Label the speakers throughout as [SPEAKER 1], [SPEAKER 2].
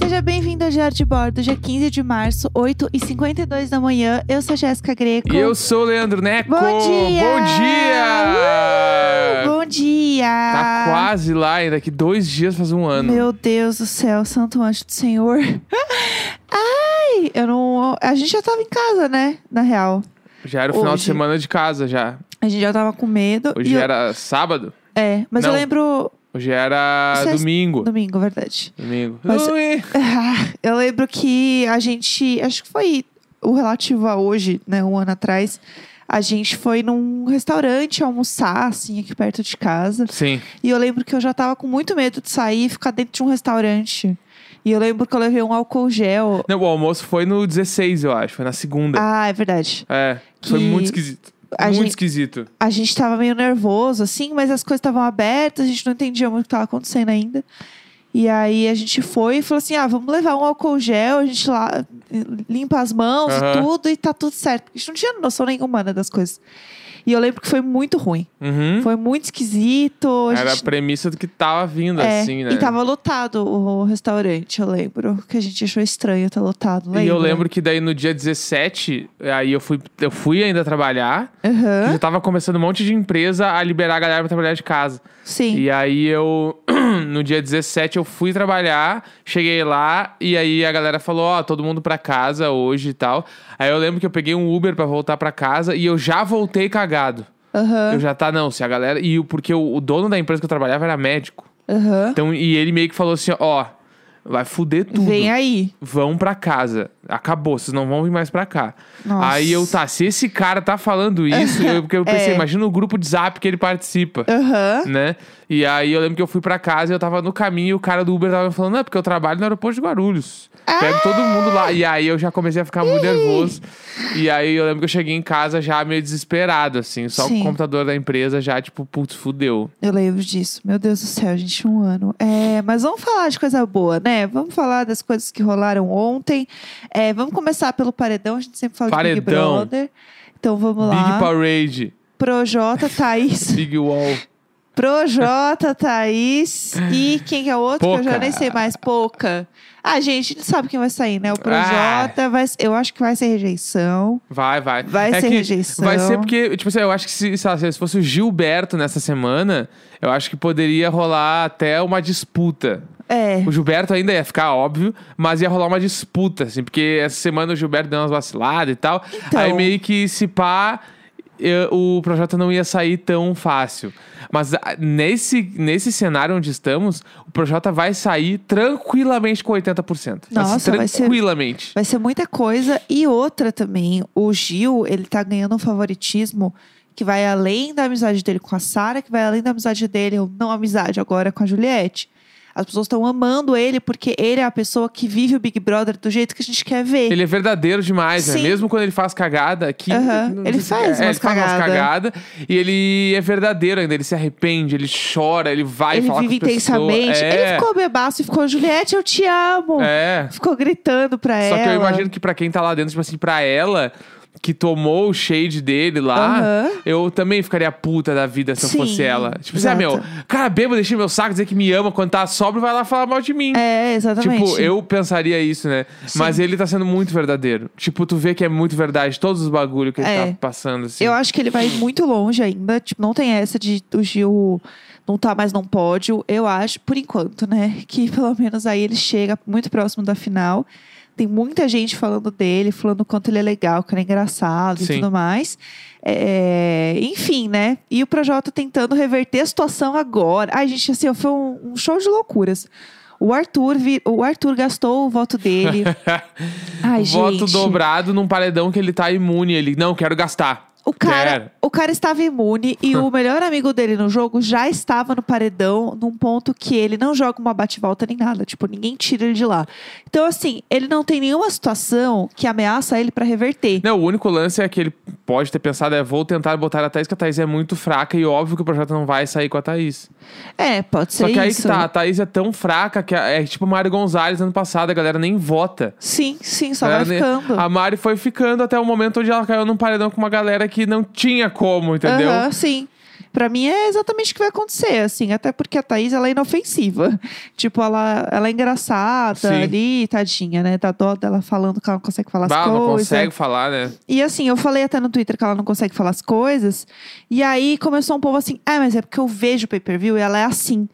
[SPEAKER 1] Seja bem-vindo ao Diário de Bordo, dia 15 de março, 8h52 da manhã. Eu sou a Jéssica Greco.
[SPEAKER 2] E eu sou o Leandro Neco.
[SPEAKER 1] Bom dia!
[SPEAKER 2] Bom dia!
[SPEAKER 1] Bom dia!
[SPEAKER 2] Tá quase lá, e daqui dois dias faz um ano.
[SPEAKER 1] Meu Deus do céu, santo anjo do Senhor. Ai, eu não... A gente já tava em casa, né? Na real.
[SPEAKER 2] Já era o final
[SPEAKER 1] Hoje-
[SPEAKER 2] de semana de casa, já.
[SPEAKER 1] A gente já tava com medo.
[SPEAKER 2] Hoje
[SPEAKER 1] e eu-
[SPEAKER 2] era sábado?
[SPEAKER 1] É, mas eu
[SPEAKER 2] Não.
[SPEAKER 1] lembro...
[SPEAKER 2] Hoje era
[SPEAKER 1] Sexta-
[SPEAKER 2] domingo.
[SPEAKER 1] Domingo, verdade.
[SPEAKER 2] Domingo.
[SPEAKER 1] Mas-
[SPEAKER 2] Ui!
[SPEAKER 1] Ah, Eu lembro que a gente, acho que foi o relativo a hoje, né, um ano atrás, a gente foi num restaurante almoçar, assim, aqui perto de casa.
[SPEAKER 2] Sim.
[SPEAKER 1] E eu lembro que eu já tava com muito medo de sair e ficar dentro de um restaurante. E eu lembro que eu levei um álcool gel.
[SPEAKER 2] Não, o almoço foi no 16, eu acho. Foi na segunda.
[SPEAKER 1] Ah, é verdade.
[SPEAKER 2] é. Foi
[SPEAKER 1] que
[SPEAKER 2] muito esquisito.
[SPEAKER 1] a
[SPEAKER 2] Muito
[SPEAKER 1] gente-
[SPEAKER 2] esquisito.
[SPEAKER 1] A gente tava meio nervoso, assim, mas as coisas estavam abertas, a gente não entendia muito o que tava acontecendo ainda. E aí a gente foi e falou assim: ah, vamos levar um álcool gel, a gente lá limpa as mãos e
[SPEAKER 2] Aham.
[SPEAKER 1] tudo, e tá tudo certo. Porque a gente não tinha noção nenhuma né, das coisas. E eu lembro que foi muito ruim.
[SPEAKER 2] Uhum.
[SPEAKER 1] Foi muito esquisito. a
[SPEAKER 2] Era a
[SPEAKER 1] gente-
[SPEAKER 2] premissa do que tava vindo,
[SPEAKER 1] É,
[SPEAKER 2] assim, né?
[SPEAKER 1] E tava lotado o restaurante, eu lembro. Que a gente achou estranho tá lotado.
[SPEAKER 2] E eu
[SPEAKER 1] lembra?
[SPEAKER 2] lembro que daí no dia 17, aí eu fui, eu fui ainda trabalhar.
[SPEAKER 1] Aham,
[SPEAKER 2] Que já tava começando um monte de empresa a liberar a galera pra trabalhar de casa.
[SPEAKER 1] sim.
[SPEAKER 2] E aí eu, no dia 17, eu fui trabalhar, cheguei lá, e aí a galera falou, ó, todo mundo pra casa hoje e tal. Aí eu lembro que eu peguei um Uber pra voltar pra casa e eu já voltei cagado.
[SPEAKER 1] Aham,
[SPEAKER 2] Eu já tá, não, se a galera. E o- porque o, o dono da empresa que eu trabalhava era médico.
[SPEAKER 1] aham.
[SPEAKER 2] Então, e ele meio que falou assim, ó, vai fuder tudo
[SPEAKER 1] Vem aí.
[SPEAKER 2] vão pra casa. Acabou, vocês não vão vir mais pra cá.
[SPEAKER 1] Nossa.
[SPEAKER 2] Aí eu, tá, se esse cara tá falando isso, eu, porque eu pensei,
[SPEAKER 1] É.
[SPEAKER 2] imagina o grupo de zap que ele participa.
[SPEAKER 1] Aham.
[SPEAKER 2] Né? E aí eu lembro que eu fui pra casa e eu tava no caminho e o cara do Uber tava me falando, não, é porque eu trabalho no aeroporto de Guarulhos. Pego todo mundo lá. E aí eu já comecei a ficar muito nervoso. E aí eu lembro que eu cheguei em casa já meio desesperado, assim. Só
[SPEAKER 1] Sim.
[SPEAKER 2] com o computador da empresa já, tipo, putz, fudeu.
[SPEAKER 1] Eu lembro disso. Meu Deus do céu, gente, um ano. É, mas vamos falar de coisa boa, né? Vamos falar das coisas que rolaram ontem. É, vamos começar pelo paredão. A gente sempre fala de Big
[SPEAKER 2] Paredão.
[SPEAKER 1] Brother. Então vamos
[SPEAKER 2] Big
[SPEAKER 1] lá.
[SPEAKER 2] Parade,
[SPEAKER 1] Projota, Thaís.
[SPEAKER 2] Big Wall.
[SPEAKER 1] Projota, Thaís. E quem que é o outro? Que eu já
[SPEAKER 2] Poca.
[SPEAKER 1] nem sei mais. Pouca. Ah, gente, não sabe quem vai sair, né? O Projota. vai- eu acho que vai ser rejeição.
[SPEAKER 2] Vai, vai. É
[SPEAKER 1] Vai ser
[SPEAKER 2] que
[SPEAKER 1] rejeição.
[SPEAKER 2] Vai ser porque, tipo assim, eu acho que se, sei lá, se fosse o Gilberto nessa semana, eu acho que poderia rolar até uma disputa.
[SPEAKER 1] É.
[SPEAKER 2] O Gilberto ainda ia ficar óbvio, mas ia rolar uma disputa, assim, porque essa semana o Gilberto deu umas vaciladas e tal.
[SPEAKER 1] Então.
[SPEAKER 2] Aí meio que se pá, eu- o projeto não ia sair tão fácil. Mas ah, nesse, nesse cenário onde estamos, o projeto vai sair tranquilamente com 80%.
[SPEAKER 1] Nossa,
[SPEAKER 2] assim,
[SPEAKER 1] vai ser-
[SPEAKER 2] tranquilamente.
[SPEAKER 1] Vai ser muita coisa. E outra também, o Gil, ele tá ganhando um favoritismo que vai além da amizade dele com a Sara, que vai além da amizade dele, ou não amizade, agora com a Juliette. As pessoas estão amando ele porque ele é a pessoa que vive o Big Brother do jeito que a gente quer ver.
[SPEAKER 2] Ele é verdadeiro demais, né?
[SPEAKER 1] Sim.
[SPEAKER 2] Mesmo quando ele faz cagada que
[SPEAKER 1] Aham,
[SPEAKER 2] não-
[SPEAKER 1] ele faz
[SPEAKER 2] é,
[SPEAKER 1] umas
[SPEAKER 2] ele faz umas
[SPEAKER 1] cagada.
[SPEAKER 2] cagada E ele é verdadeiro ainda. Ele se arrepende, ele chora, ele vai
[SPEAKER 1] Ele
[SPEAKER 2] falar
[SPEAKER 1] vive
[SPEAKER 2] com as pessoas.
[SPEAKER 1] intensamente.
[SPEAKER 2] É,
[SPEAKER 1] Ele ficou bebaço e ficou, Juliette, eu te amo.
[SPEAKER 2] É.
[SPEAKER 1] Ficou gritando pra
[SPEAKER 2] Só
[SPEAKER 1] ela.
[SPEAKER 2] que eu imagino que pra quem tá lá dentro, tipo assim, pra ela que tomou o shade dele lá,
[SPEAKER 1] Aham.
[SPEAKER 2] eu também ficaria puta da vida se eu
[SPEAKER 1] Sim,
[SPEAKER 2] fosse ela. Tipo assim, ah, meu,
[SPEAKER 1] exato.
[SPEAKER 2] cara, bêbado, deixa meu saco dizer que me ama quando tá sóbrio, vai lá falar mal de mim.
[SPEAKER 1] É, exatamente.
[SPEAKER 2] Tipo, eu pensaria isso, né? Mas ele tá sendo muito verdadeiro. Tipo, tu vê que é muito verdade todos os bagulho que
[SPEAKER 1] É.
[SPEAKER 2] ele tá passando, assim.
[SPEAKER 1] Eu acho que ele vai muito longe ainda. Tipo, não tem essa de o Gil não tá mais num pódio. Eu acho, por enquanto, né? Que pelo menos aí ele chega muito próximo da final. Tem muita gente falando dele, falando o quanto ele é legal, que ele é engraçado e
[SPEAKER 2] Sim.
[SPEAKER 1] tudo mais. É, enfim, né? E o Projota tentando reverter a situação agora. Ai, gente, assim, foi um, um show de loucuras. O Arthur, vi- o Arthur gastou o voto dele. Ai,
[SPEAKER 2] Voto
[SPEAKER 1] gente.
[SPEAKER 2] dobrado num paredão que ele tá imune. Ele, não, quero gastar.
[SPEAKER 1] O cara,
[SPEAKER 2] Quero.
[SPEAKER 1] o cara estava imune e o melhor amigo dele no jogo já estava no paredão, num ponto que ele não joga uma bate-volta nem nada. Tipo, ninguém tira ele de lá. Então, assim, ele não tem nenhuma situação que ameaça ele pra reverter.
[SPEAKER 2] Não, o único lance é que ele pode ter pensado é vou tentar botar a Thaís, que a Thaís é muito fraca e óbvio que o projeto não vai sair com a Thaís.
[SPEAKER 1] É, pode ser
[SPEAKER 2] Só que aí
[SPEAKER 1] isso.
[SPEAKER 2] que tá, a Thaís é tão fraca que a- é tipo Mário Gonzalez ano passado, a galera nem vota.
[SPEAKER 1] Sim, sim, só
[SPEAKER 2] Ela
[SPEAKER 1] vai
[SPEAKER 2] nem- Ah,
[SPEAKER 1] ficando.
[SPEAKER 2] A Mari foi ficando até o momento onde ela caiu num paredão com uma galera que não tinha como, entendeu?
[SPEAKER 1] Aham, sim. Pra mim é exatamente o que vai acontecer, assim. Até porque a Thaís, ela é inofensiva. Tipo, ela, ela é engraçada
[SPEAKER 2] Sim.
[SPEAKER 1] ali, tadinha, né? Dá dó dela falando que ela não consegue falar
[SPEAKER 2] Bah,
[SPEAKER 1] as
[SPEAKER 2] não
[SPEAKER 1] coisas.
[SPEAKER 2] consegue falar, né?
[SPEAKER 1] E assim, eu falei até no Twitter que ela não consegue falar as coisas. E aí começou um povo assim, ah, mas é porque eu vejo o pay-per-view e ela é assim.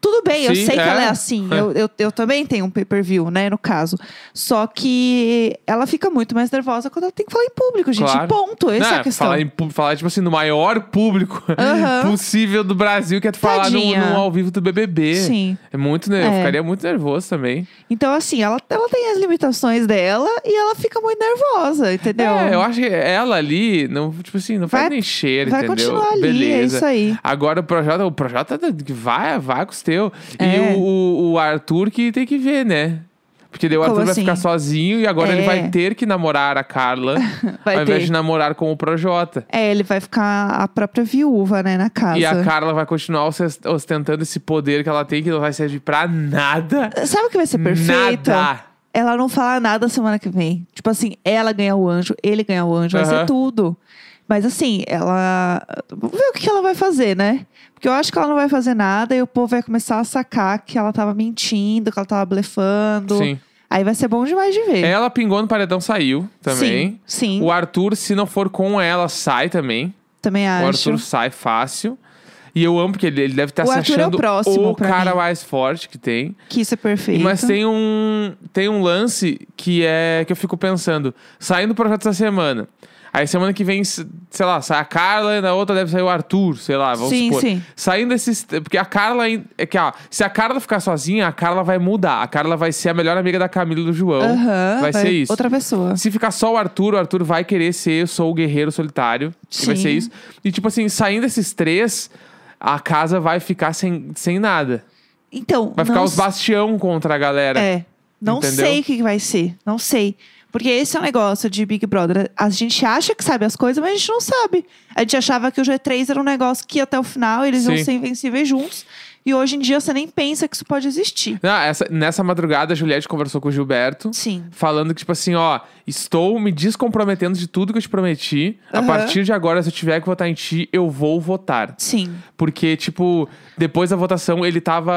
[SPEAKER 1] Tudo bem, eu
[SPEAKER 2] Sim,
[SPEAKER 1] sei que
[SPEAKER 2] é.
[SPEAKER 1] ela é assim. Eu, eu, eu também tenho um pay-per-view, né, no caso. Só que ela fica muito mais nervosa quando ela tem que falar em público, gente.
[SPEAKER 2] Claro.
[SPEAKER 1] Ponto. Essa
[SPEAKER 2] Não,
[SPEAKER 1] é a questão.
[SPEAKER 2] Falar, em pub- falar, tipo assim, no maior público
[SPEAKER 1] Aham.
[SPEAKER 2] possível do Brasil, que é tu falar num,
[SPEAKER 1] Tadinha.
[SPEAKER 2] num ao vivo do BBB.
[SPEAKER 1] Sim.
[SPEAKER 2] É muito, né? Eu
[SPEAKER 1] É.
[SPEAKER 2] ficaria muito nervoso também.
[SPEAKER 1] Então, assim, ela, ela tem as limitações dela e ela fica muito nervosa, entendeu?
[SPEAKER 2] É, eu acho que ela ali, não, tipo assim, não faz
[SPEAKER 1] Vai-
[SPEAKER 2] nem cheiro,
[SPEAKER 1] Vai
[SPEAKER 2] entendeu?
[SPEAKER 1] continuar ali,
[SPEAKER 2] Beleza.
[SPEAKER 1] é isso aí.
[SPEAKER 2] Agora o Projota, o Projota tá- que vai, vai com os teus.
[SPEAKER 1] É.
[SPEAKER 2] E o, o- o Arthur que tem que ver, né? Porque daí o
[SPEAKER 1] Como
[SPEAKER 2] Arthur vai
[SPEAKER 1] assim?
[SPEAKER 2] ficar sozinho e agora
[SPEAKER 1] É.
[SPEAKER 2] ele vai ter que namorar a Carla,
[SPEAKER 1] Vai
[SPEAKER 2] ao invés
[SPEAKER 1] ter.
[SPEAKER 2] de namorar com o Projota.
[SPEAKER 1] É, ele vai ficar a própria viúva, né, na casa.
[SPEAKER 2] E a Carla vai continuar ost- ostentando esse poder que ela tem, que não vai servir pra nada.
[SPEAKER 1] Sabe o que vai ser perfeito?
[SPEAKER 2] Nada.
[SPEAKER 1] Ela não fala nada semana que vem. Tipo assim, ela ganha o anjo, ele ganha o anjo, vai
[SPEAKER 2] Aham.
[SPEAKER 1] ser tudo. Mas assim, ela. Vamos ver o que que ela vai fazer, né? Porque eu acho que ela não vai fazer nada e o povo vai começar a sacar que ela tava mentindo, que ela tava blefando.
[SPEAKER 2] Sim.
[SPEAKER 1] Aí vai ser bom demais de ver.
[SPEAKER 2] Ela pingou no paredão, saiu É, também.
[SPEAKER 1] Sim, sim
[SPEAKER 2] O Arthur, se não for com ela, sai também.
[SPEAKER 1] também
[SPEAKER 2] O
[SPEAKER 1] acho.
[SPEAKER 2] Arthur sai fácil. E eu amo, porque ele, ele deve estar
[SPEAKER 1] O
[SPEAKER 2] se
[SPEAKER 1] Arthur é o
[SPEAKER 2] achando
[SPEAKER 1] próximo
[SPEAKER 2] o
[SPEAKER 1] pra
[SPEAKER 2] cara
[SPEAKER 1] mim.
[SPEAKER 2] mais forte que tem.
[SPEAKER 1] Que isso é perfeito.
[SPEAKER 2] Mas tem um, tem um lance que é que eu fico pensando. Saindo o projeto essa semana. Aí semana que vem, s- sei lá, sai a Carla e na outra deve sair o Arthur, sei lá, vamos
[SPEAKER 1] Sim,
[SPEAKER 2] supor.
[SPEAKER 1] sim.
[SPEAKER 2] Saindo esses. Porque a Carla. ain- É que, ó, se a Carla ficar sozinha, a Carla vai mudar. A Carla vai ser a melhor amiga da Camila e do João.
[SPEAKER 1] Aham,
[SPEAKER 2] vai, ser isso.
[SPEAKER 1] Outra pessoa.
[SPEAKER 2] Se ficar só o Arthur, o Arthur vai querer ser eu sou o guerreiro solitário. E vai
[SPEAKER 1] Sim.
[SPEAKER 2] ser isso. E tipo assim, saindo esses três, a casa vai ficar sem, sem nada.
[SPEAKER 1] Então.
[SPEAKER 2] Vai
[SPEAKER 1] não
[SPEAKER 2] ficar os bastião contra a galera.
[SPEAKER 1] É. Não
[SPEAKER 2] Entendeu?
[SPEAKER 1] sei o que que vai ser. Não sei. Porque esse é o negócio de Big Brother. A gente acha que sabe as coisas, mas a gente não sabe. A gente achava que o G3 era um negócio que ia até o final eles
[SPEAKER 2] Sim.
[SPEAKER 1] iam ser invencíveis juntos. E hoje em dia você nem pensa que isso pode existir.
[SPEAKER 2] Não, essa- nessa madrugada, a Juliette conversou com o Gilberto.
[SPEAKER 1] Sim.
[SPEAKER 2] Falando que, tipo assim, ó, estou me descomprometendo de tudo que eu te prometi. A
[SPEAKER 1] Aham.
[SPEAKER 2] partir de agora, se eu tiver que votar em ti, eu vou votar.
[SPEAKER 1] Sim.
[SPEAKER 2] Porque, tipo, depois da votação, ele tava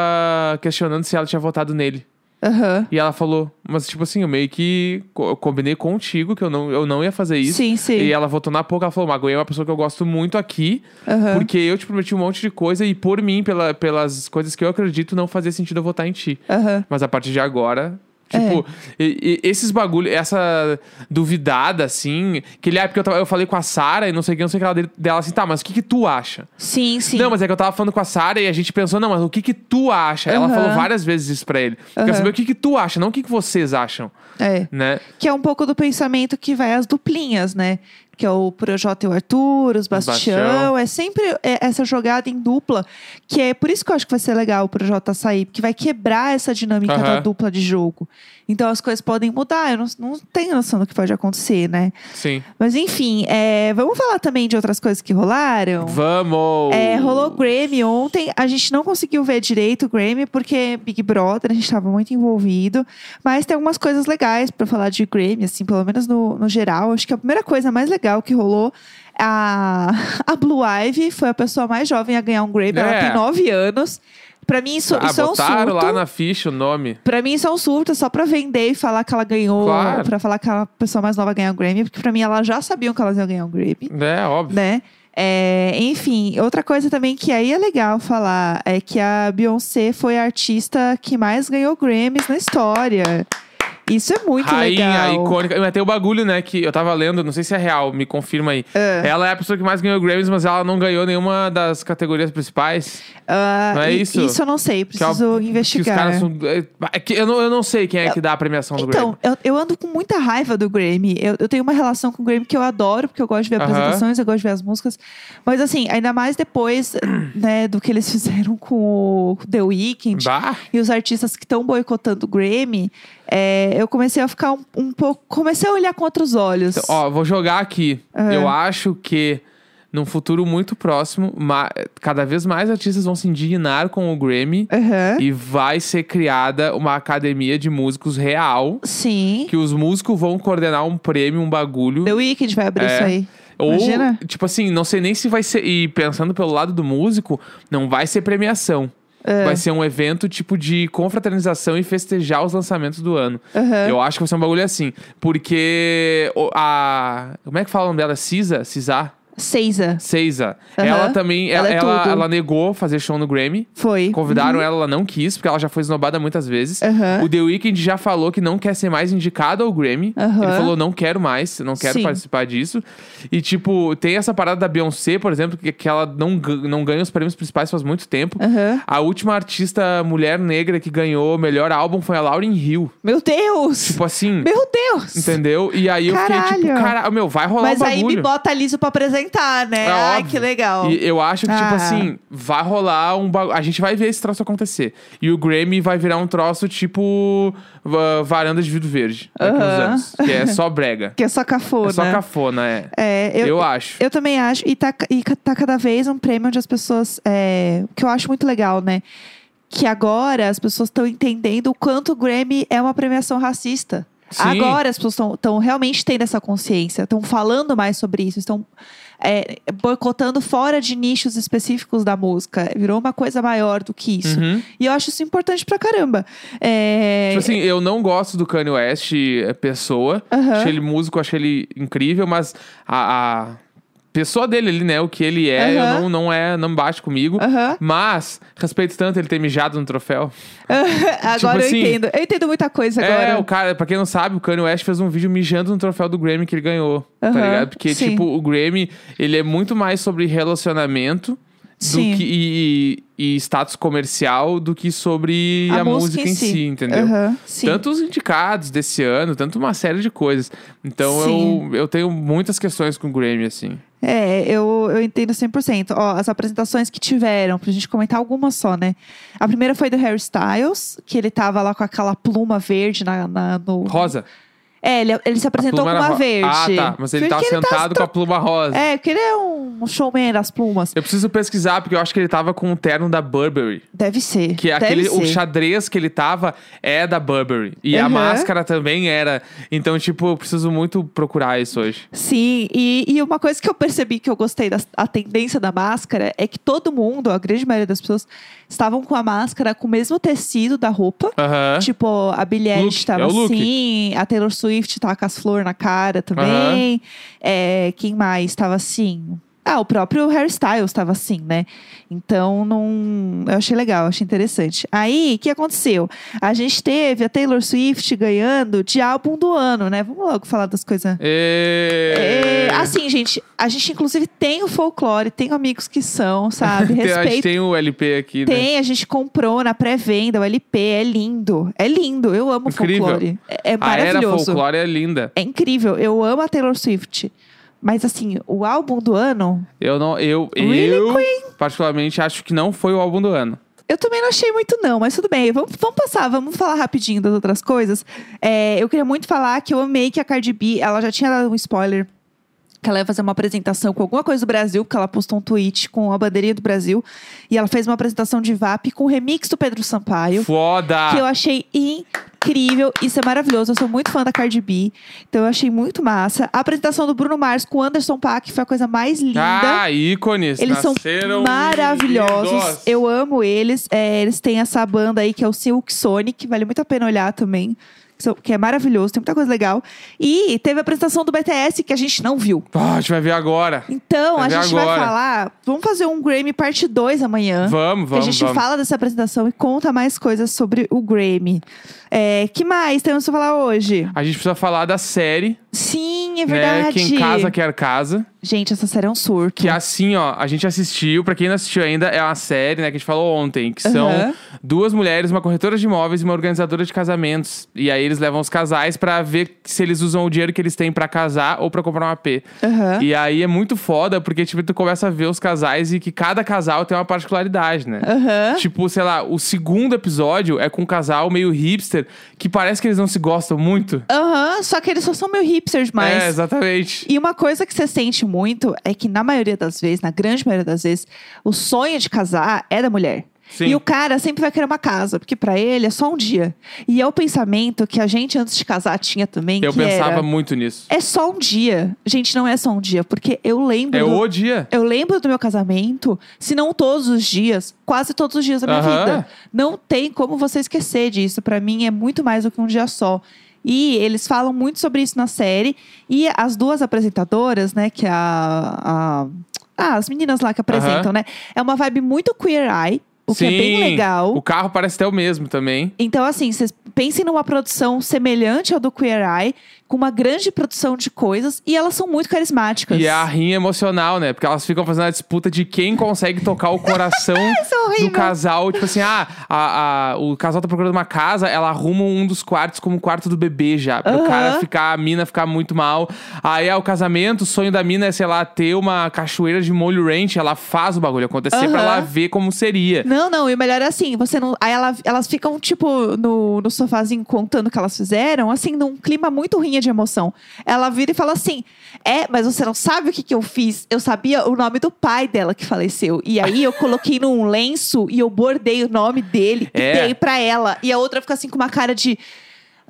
[SPEAKER 2] questionando se ela tinha votado nele.
[SPEAKER 1] Aham.
[SPEAKER 2] E ela falou, mas tipo assim, eu meio que co- eu combinei contigo que eu não, eu não ia fazer isso.
[SPEAKER 1] Sim, sim.
[SPEAKER 2] E ela votou na pouca, ela falou, Magoia é uma pessoa que eu gosto muito aqui,
[SPEAKER 1] Aham.
[SPEAKER 2] porque eu te prometi um monte de coisa e por mim, pela- pelas coisas que eu acredito, não fazia sentido eu votar em ti.
[SPEAKER 1] Aham.
[SPEAKER 2] Mas a partir de agora. Tipo,
[SPEAKER 1] É.
[SPEAKER 2] e- e- esses bagulho, essa duvidada, assim, que ele, ah, porque eu, tava- eu falei com a Sara e não sei o que, não sei o que ela dele- dela, assim, tá, mas o que que tu acha?
[SPEAKER 1] Sim, sim.
[SPEAKER 2] Não, mas é que eu tava falando com a Sara e a gente pensou, não, mas o que que tu acha? Ela
[SPEAKER 1] Aham.
[SPEAKER 2] falou várias vezes isso pra ele. Quer
[SPEAKER 1] Aham.
[SPEAKER 2] saber o que que tu acha, não o que que vocês acham,
[SPEAKER 1] É.
[SPEAKER 2] né?
[SPEAKER 1] Que é um pouco do pensamento que vai às duplinhas, né? Que é o Projota e o Arthur, os Bastião.
[SPEAKER 2] Bastião.
[SPEAKER 1] É sempre é, essa jogada em dupla, que é por isso que eu acho que vai ser legal o Projota sair, porque vai quebrar essa dinâmica
[SPEAKER 2] Aham.
[SPEAKER 1] da dupla de jogo. Então as coisas podem mudar, eu não, não tenho noção do que pode acontecer, né?
[SPEAKER 2] Sim.
[SPEAKER 1] Mas enfim, é, vamos falar também de outras coisas que rolaram?
[SPEAKER 2] Vamos!
[SPEAKER 1] Então, É, rolou o Grammy ontem. A gente não conseguiu ver direito o Grammy, porque Big Brother, a gente estava muito envolvido. Mas tem algumas coisas legais para falar de Grammy, assim, pelo menos no, no geral. Acho que a primeira coisa mais legal que rolou, a, a Blue Ivy foi a pessoa mais jovem a ganhar um Grammy.
[SPEAKER 2] É.
[SPEAKER 1] Ela tem nove anos. Para mim, isso,
[SPEAKER 2] Ah,
[SPEAKER 1] isso é um
[SPEAKER 2] botaram
[SPEAKER 1] surto.
[SPEAKER 2] lá na ficha o nome.
[SPEAKER 1] Pra mim, isso é um surto, só pra vender e falar que ela ganhou.
[SPEAKER 2] Claro.
[SPEAKER 1] Pra falar que a pessoa mais nova ganhou o Grammy, porque pra mim elas já sabiam que elas iam ganhar o Grammy
[SPEAKER 2] É, óbvio.
[SPEAKER 1] né? É, enfim, outra coisa também que aí é legal falar é que a Beyoncé foi a artista que mais ganhou Grammys na história. Isso é muito
[SPEAKER 2] Rainha
[SPEAKER 1] legal.
[SPEAKER 2] icônica. Mas tem o bagulho, né? Que eu tava lendo, não sei se é real, me confirma aí. Ela é a pessoa que mais ganhou Grammys, mas ela não ganhou nenhuma das categorias principais.
[SPEAKER 1] Ah,
[SPEAKER 2] não é
[SPEAKER 1] e-
[SPEAKER 2] isso?
[SPEAKER 1] eu não sei,
[SPEAKER 2] Que é o-
[SPEAKER 1] preciso
[SPEAKER 2] Que os
[SPEAKER 1] investigar.
[SPEAKER 2] caras são. é- é que eu, não, eu não sei quem é que dá a premiação do Grammy.
[SPEAKER 1] Então, eu, eu ando com muita raiva do Grammy. Eu, eu tenho uma relação com o Grammy que eu adoro, porque eu gosto de ver
[SPEAKER 2] Aham.
[SPEAKER 1] apresentações, eu gosto de ver as músicas. Mas assim, ainda mais depois né, do que eles fizeram com o com o The Weeknd,
[SPEAKER 2] Bah,
[SPEAKER 1] e os artistas que estão boicotando o Grammy, é, eu comecei a ficar um, um pouco. Comecei a olhar com outros olhos.
[SPEAKER 2] Então, ó, vou jogar aqui. Eu acho que num futuro muito próximo, ma- cada vez mais artistas vão se indignar com o Grammy
[SPEAKER 1] Aham.
[SPEAKER 2] e vai ser criada uma academia de músicos real.
[SPEAKER 1] Sim.
[SPEAKER 2] Que os músicos vão coordenar um prêmio, um bagulho.
[SPEAKER 1] The Weeknd vai abrir
[SPEAKER 2] É.
[SPEAKER 1] isso aí.
[SPEAKER 2] Ou,
[SPEAKER 1] Imagina.
[SPEAKER 2] tipo assim, não sei nem se vai ser. E pensando pelo lado do músico, não vai ser premiação.
[SPEAKER 1] É.
[SPEAKER 2] Vai ser um evento tipo de confraternização e festejar os lançamentos do ano.
[SPEAKER 1] Aham.
[SPEAKER 2] Eu acho que vai ser um bagulho assim. Porque o- a. Como é que fala o nome dela? Cisa? Cisá?
[SPEAKER 1] Seiza.
[SPEAKER 2] Seiza.
[SPEAKER 1] Aham.
[SPEAKER 2] Ela também.
[SPEAKER 1] Ela
[SPEAKER 2] Ela,
[SPEAKER 1] é
[SPEAKER 2] ela,
[SPEAKER 1] tudo.
[SPEAKER 2] ela negou fazer show no Grammy.
[SPEAKER 1] Foi.
[SPEAKER 2] Convidaram ela, ela não quis, porque ela já foi esnobada muitas vezes.
[SPEAKER 1] Aham.
[SPEAKER 2] O The Weeknd já falou que não quer ser mais indicado ao Grammy.
[SPEAKER 1] Aham.
[SPEAKER 2] Ele falou, não quero mais, não quero
[SPEAKER 1] Sim.
[SPEAKER 2] participar disso. E, tipo, tem essa parada da Beyoncé, por exemplo, que, que ela não, gan- não ganha os prêmios principais faz muito tempo.
[SPEAKER 1] Aham.
[SPEAKER 2] A última artista mulher negra que ganhou o melhor álbum foi a Lauryn Hill.
[SPEAKER 1] Meu Deus!
[SPEAKER 2] Tipo assim,
[SPEAKER 1] Meu Deus!
[SPEAKER 2] entendeu? E aí eu fiquei, tipo,
[SPEAKER 1] Caralho.
[SPEAKER 2] cara, meu, vai rolar
[SPEAKER 1] Mas
[SPEAKER 2] um
[SPEAKER 1] aí
[SPEAKER 2] bagulho.
[SPEAKER 1] me bota liso pra apresentar, né?
[SPEAKER 2] É
[SPEAKER 1] Ai,
[SPEAKER 2] óbvio.
[SPEAKER 1] que legal.
[SPEAKER 2] E eu acho que, tipo
[SPEAKER 1] Ah.
[SPEAKER 2] assim, vai rolar um bagulho. A gente vai ver esse troço acontecer. E o Grammy vai virar um troço tipo va- varanda de vidro verde. Daqui uns
[SPEAKER 1] Aham.
[SPEAKER 2] anos. Que é só brega.
[SPEAKER 1] Que é só cafona.
[SPEAKER 2] é só cafona, é.
[SPEAKER 1] É,
[SPEAKER 2] Eu,
[SPEAKER 1] eu,
[SPEAKER 2] acho.
[SPEAKER 1] Eu também acho. E tá, e ca- tá cada vez um prêmio onde as pessoas. é, o que eu acho muito legal, né? Que agora as pessoas estão entendendo o quanto o Grammy é uma premiação racista.
[SPEAKER 2] Sim.
[SPEAKER 1] Agora as pessoas estão realmente tendo essa consciência, estão falando mais sobre isso, estão é, boicotando fora de nichos específicos da música. Virou uma coisa maior do que isso.
[SPEAKER 2] Uhum.
[SPEAKER 1] E eu acho isso importante pra caramba. É,
[SPEAKER 2] Tipo assim, eu não gosto do Kanye West é, pessoa.
[SPEAKER 1] Aham.
[SPEAKER 2] Achei ele músico, achei ele incrível, mas a, a pessoa dele ali, né? O que ele é, eu
[SPEAKER 1] Aham.
[SPEAKER 2] não, não é, não bate comigo.
[SPEAKER 1] Aham.
[SPEAKER 2] Mas, respeito tanto ele ter mijado no troféu.
[SPEAKER 1] agora
[SPEAKER 2] assim,
[SPEAKER 1] eu entendo. Eu entendo muita coisa agora.
[SPEAKER 2] É, o cara, pra quem não sabe, o Kanye West fez um vídeo mijando no troféu do Grammy que ele ganhou, tá
[SPEAKER 1] Aham,
[SPEAKER 2] ligado? Porque,
[SPEAKER 1] sim.
[SPEAKER 2] tipo, o Grammy, ele é muito mais sobre relacionamento
[SPEAKER 1] Sim.
[SPEAKER 2] do que, e, e- e status comercial do que sobre a, música, em si, entendeu?
[SPEAKER 1] Aham, sim.
[SPEAKER 2] Tanto os indicados desse ano, tanto uma série de coisas. Então
[SPEAKER 1] Sim.
[SPEAKER 2] eu, eu tenho muitas questões com o Grammy, assim.
[SPEAKER 1] É, eu, eu entendo 100%. Ó, as apresentações que tiveram, pra gente comentar algumas só, né? A primeira foi do Harry Styles, que ele tava lá com aquela pluma verde na, na- no...
[SPEAKER 2] Rosa.
[SPEAKER 1] É, ele, ele se apresentou com
[SPEAKER 2] pluma era
[SPEAKER 1] uma
[SPEAKER 2] ro-
[SPEAKER 1] verde.
[SPEAKER 2] Ah, tá. Mas ele
[SPEAKER 1] Porque
[SPEAKER 2] tava
[SPEAKER 1] ele
[SPEAKER 2] sentado com a pluma rosa.
[SPEAKER 1] É, porque ele é um showman das plumas.
[SPEAKER 2] Eu preciso pesquisar, porque eu acho que ele tava com o terno da Burberry.
[SPEAKER 1] Deve ser.
[SPEAKER 2] Que é
[SPEAKER 1] deve
[SPEAKER 2] aquele, o
[SPEAKER 1] ser.
[SPEAKER 2] xadrez que ele tava é da Burberry. E a
[SPEAKER 1] Aham.
[SPEAKER 2] máscara também era. Então, tipo, eu preciso muito procurar isso hoje.
[SPEAKER 1] Sim, e, e uma coisa que eu percebi que eu gostei da a tendência da máscara é que todo mundo, a grande maioria das pessoas, estavam com a máscara com o mesmo tecido da roupa.
[SPEAKER 2] Aham.
[SPEAKER 1] Tipo, a Billie
[SPEAKER 2] Look,
[SPEAKER 1] Eilish tava
[SPEAKER 2] é o look.
[SPEAKER 1] assim, a Taylor Swift tava com as flores na cara também. É, quem mais tava assim? Ah, o próprio Harry Styles tava assim, né? Então, não... eu achei legal, achei interessante. Aí, o que aconteceu? A gente teve a Taylor Swift ganhando de álbum do ano, né? Vamos logo falar das coisas.
[SPEAKER 2] É...
[SPEAKER 1] É, assim, gente, a gente inclusive tem o folclore, tem amigos que são, sabe?
[SPEAKER 2] Tem- a gente
[SPEAKER 1] Respeito
[SPEAKER 2] tem o LP aqui, né?
[SPEAKER 1] tem, é a gente comprou na pré-venda o LP, é lindo. É lindo, eu amo
[SPEAKER 2] Incrível.
[SPEAKER 1] folclore. É, é
[SPEAKER 2] A era
[SPEAKER 1] maravilhoso.
[SPEAKER 2] folclore é linda.
[SPEAKER 1] É incrível, eu amo a Taylor Swift. Mas assim, o álbum do ano,
[SPEAKER 2] Eu não. Eu,
[SPEAKER 1] Really,
[SPEAKER 2] eu particularmente, acho que não foi o álbum do ano.
[SPEAKER 1] eu também não achei muito não, mas tudo bem. Vamos, vamos passar, vamos falar rapidinho das outras coisas. É, eu queria muito falar que eu amei que a Cardi B, ela já tinha dado um spoiler. Que ela ia fazer uma apresentação com alguma coisa do Brasil, porque ela postou um tweet com a bandeirinha do Brasil. E ela fez uma apresentação de VAP com o remix do Pedro Sampaio.
[SPEAKER 2] Foda!
[SPEAKER 1] que eu achei incrível. Isso é maravilhoso. Eu sou muito fã da Cardi B. Então eu achei muito massa. A apresentação do Bruno Mars com o Anderson Paak foi a coisa mais linda.
[SPEAKER 2] Ah, ícones!
[SPEAKER 1] eles são
[SPEAKER 2] Nasceram
[SPEAKER 1] maravilhosos.
[SPEAKER 2] lindos.
[SPEAKER 1] Eu amo eles. É, eles têm essa banda aí que é o Silk Sonic. Vale muito a pena olhar também. que são- Que é maravilhoso, tem muita coisa legal. E teve a apresentação do BTS que a gente não viu.
[SPEAKER 2] Ah, a gente vai ver agora.
[SPEAKER 1] Então,
[SPEAKER 2] Vai
[SPEAKER 1] a
[SPEAKER 2] ver
[SPEAKER 1] gente vai
[SPEAKER 2] agora.
[SPEAKER 1] falar. Vamos fazer um Grammy parte 2 amanhã.
[SPEAKER 2] Vamos,
[SPEAKER 1] Que a
[SPEAKER 2] vamos,
[SPEAKER 1] gente
[SPEAKER 2] vamos.
[SPEAKER 1] fala dessa apresentação e conta mais coisas sobre o Grammy. É, que mais temos pra falar hoje?
[SPEAKER 2] A gente precisa falar da série,
[SPEAKER 1] Sim, é
[SPEAKER 2] né?
[SPEAKER 1] verdade.
[SPEAKER 2] Quem casa quer casa.
[SPEAKER 1] Gente, essa série é um surto.
[SPEAKER 2] Que assim, ó, a gente assistiu, pra quem não assistiu ainda, é uma série, né, que a gente falou ontem, que são
[SPEAKER 1] Aham.
[SPEAKER 2] duas mulheres, uma corretora de imóveis e uma organizadora de casamentos. E aí eles levam os casais pra ver se eles usam o dinheiro que eles têm pra casar ou pra comprar um AP.
[SPEAKER 1] Aham.
[SPEAKER 2] E aí é muito foda, porque, tipo, tu começa a ver os casais e que cada casal tem uma particularidade, né?
[SPEAKER 1] Aham.
[SPEAKER 2] Tipo, sei lá, o segundo episódio é com um casal meio hipster que parece que eles não se gostam muito.
[SPEAKER 1] Aham, só que eles só são meio hipsters mais.
[SPEAKER 2] É, exatamente.
[SPEAKER 1] E uma coisa que você sente muito é que, na maioria das vezes, na grande maioria das vezes, o sonho de casar é da mulher.
[SPEAKER 2] Sim.
[SPEAKER 1] E o cara sempre vai querer uma casa, porque pra ele é só um dia. E é o pensamento que a gente antes de casar tinha também,
[SPEAKER 2] Eu
[SPEAKER 1] que
[SPEAKER 2] pensava
[SPEAKER 1] era,
[SPEAKER 2] muito nisso.
[SPEAKER 1] é só um dia. Gente, não é só um dia, porque eu lembro
[SPEAKER 2] É
[SPEAKER 1] do-
[SPEAKER 2] o dia.
[SPEAKER 1] eu lembro do meu casamento, se não todos os dias, quase todos os dias da minha
[SPEAKER 2] Aham.
[SPEAKER 1] vida. Não tem como você esquecer disso. Pra mim é muito mais do que um dia só. E eles falam muito sobre isso na série. E as duas apresentadoras, né, que a. a- ah, as meninas lá que apresentam, né? É uma vibe muito queer eye, o que é bem
[SPEAKER 2] Sim.
[SPEAKER 1] legal.
[SPEAKER 2] O carro parece até o mesmo também.
[SPEAKER 1] Então, assim, vocês pensem numa produção semelhante ao do Queer Eye, com uma grande produção de coisas, e elas são muito carismáticas.
[SPEAKER 2] E é a rinha emocional, né? Porque elas ficam fazendo a disputa de quem consegue tocar o coração
[SPEAKER 1] é horrível.
[SPEAKER 2] do casal. Tipo assim, ah, a- a- o casal tá procurando uma casa, ela arruma um dos quartos como o quarto do bebê já. Pra
[SPEAKER 1] Aham.
[SPEAKER 2] o cara ficar, a mina ficar muito mal. Aí é o casamento, o sonho da mina é, sei lá, ter uma cachoeira de molho ranch. Ela faz o bagulho acontecer
[SPEAKER 1] Aham.
[SPEAKER 2] pra ela ver como seria.
[SPEAKER 1] Não, não, e o melhor é assim, você não. Aí ela- elas ficam, tipo, no, no sofazinho contando o que elas fizeram, assim, num clima muito rinha de emoção. Ela vira e fala assim: É, mas você não sabe o que, que eu fiz? Eu sabia o nome do pai dela que faleceu. E aí eu coloquei num lenço e eu bordei o nome dele e
[SPEAKER 2] É.
[SPEAKER 1] dei pra ela. E a outra fica assim com uma cara de.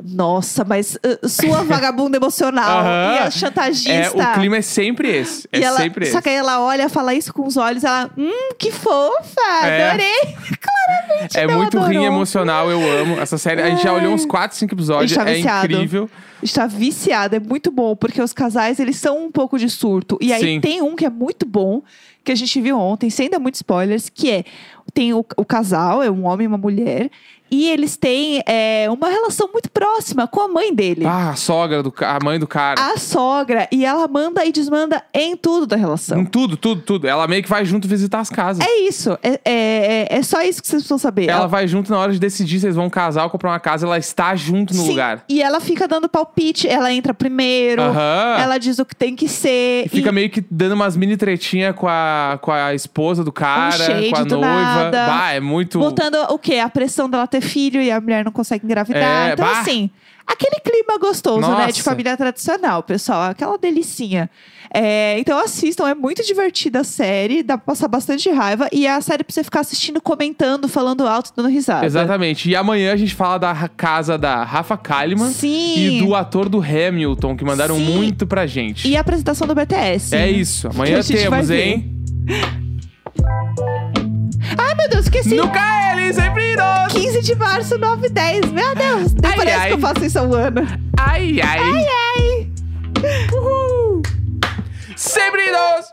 [SPEAKER 1] Nossa, mas ah, sua vagabunda emocional
[SPEAKER 2] Aham.
[SPEAKER 1] e a chantagista.
[SPEAKER 2] É, o clima é sempre esse. É
[SPEAKER 1] E ela,
[SPEAKER 2] sempre
[SPEAKER 1] só
[SPEAKER 2] esse.
[SPEAKER 1] que aí ela olha, fala isso com os olhos, ela, hum, que fofa,
[SPEAKER 2] É.
[SPEAKER 1] adorei. Claramente.
[SPEAKER 2] É
[SPEAKER 1] não
[SPEAKER 2] muito
[SPEAKER 1] adorou. É.
[SPEAKER 2] rinha emocional, eu amo. Essa série, a gente já olhou uns 4, 5
[SPEAKER 1] A
[SPEAKER 2] episódios,
[SPEAKER 1] gente tá
[SPEAKER 2] é
[SPEAKER 1] viciado.
[SPEAKER 2] incrível.
[SPEAKER 1] Está viciada, é muito bom, porque os casais, eles são um pouco de surto. E aí
[SPEAKER 2] Sim.
[SPEAKER 1] tem um que é muito bom, que a gente viu ontem, sem dar muitos spoilers, que é, tem o, o casal, é um homem e uma mulher, e eles têm é, uma relação muito próxima com a mãe dele.
[SPEAKER 2] Ah, a sogra, do, ca- a mãe do cara.
[SPEAKER 1] A sogra, e ela manda e desmanda em tudo da relação.
[SPEAKER 2] Em tudo, tudo, tudo. Ela meio que vai junto visitar as casas.
[SPEAKER 1] É isso, é, é, é- é só isso que vocês precisam saber.
[SPEAKER 2] Ela vai junto na hora de decidir se eles vão casar ou comprar uma casa. Ela está junto no
[SPEAKER 1] Sim,
[SPEAKER 2] lugar.
[SPEAKER 1] E ela fica dando palpite, ela entra primeiro,
[SPEAKER 2] Aham.
[SPEAKER 1] ela diz o que tem que ser.
[SPEAKER 2] E Fica meio que dando umas mini tretinha com a, com a esposa do cara,
[SPEAKER 1] shade
[SPEAKER 2] com a
[SPEAKER 1] do
[SPEAKER 2] noiva.
[SPEAKER 1] nada.
[SPEAKER 2] Bah, é muito.
[SPEAKER 1] Botando o quê? A pressão dela ter filho e a mulher não consegue engravidar.
[SPEAKER 2] É,
[SPEAKER 1] então,
[SPEAKER 2] bah.
[SPEAKER 1] assim, aquele clima gostoso, né? De
[SPEAKER 2] Nossa.
[SPEAKER 1] família tradicional, pessoal. Aquela delicinha. É, então assistam, é muito divertida a série, dá pra passar bastante raiva. E é a série pra você ficar assistindo, comentando, falando alto, dando risada.
[SPEAKER 2] Exatamente. E amanhã a gente fala da ra- casa da Rafa Kalimann
[SPEAKER 1] Sim.
[SPEAKER 2] e do ator do Hamilton, que mandaram
[SPEAKER 1] Sim.
[SPEAKER 2] muito pra gente.
[SPEAKER 1] E a apresentação do BTS.
[SPEAKER 2] É isso.
[SPEAKER 1] Que
[SPEAKER 2] Amanhã
[SPEAKER 1] a gente
[SPEAKER 2] temos,
[SPEAKER 1] vai ver.
[SPEAKER 2] hein?
[SPEAKER 1] Ai, meu Deus, esqueci.
[SPEAKER 2] Nunca ele, sempre nós!
[SPEAKER 1] 15 de março, 9 e 10. Meu Deus, nem
[SPEAKER 2] Ai,
[SPEAKER 1] parece
[SPEAKER 2] ai.
[SPEAKER 1] que eu faço isso há um ano.
[SPEAKER 2] Ai, ai.
[SPEAKER 1] Ai, ai. Uhul.
[SPEAKER 2] Sempre nós!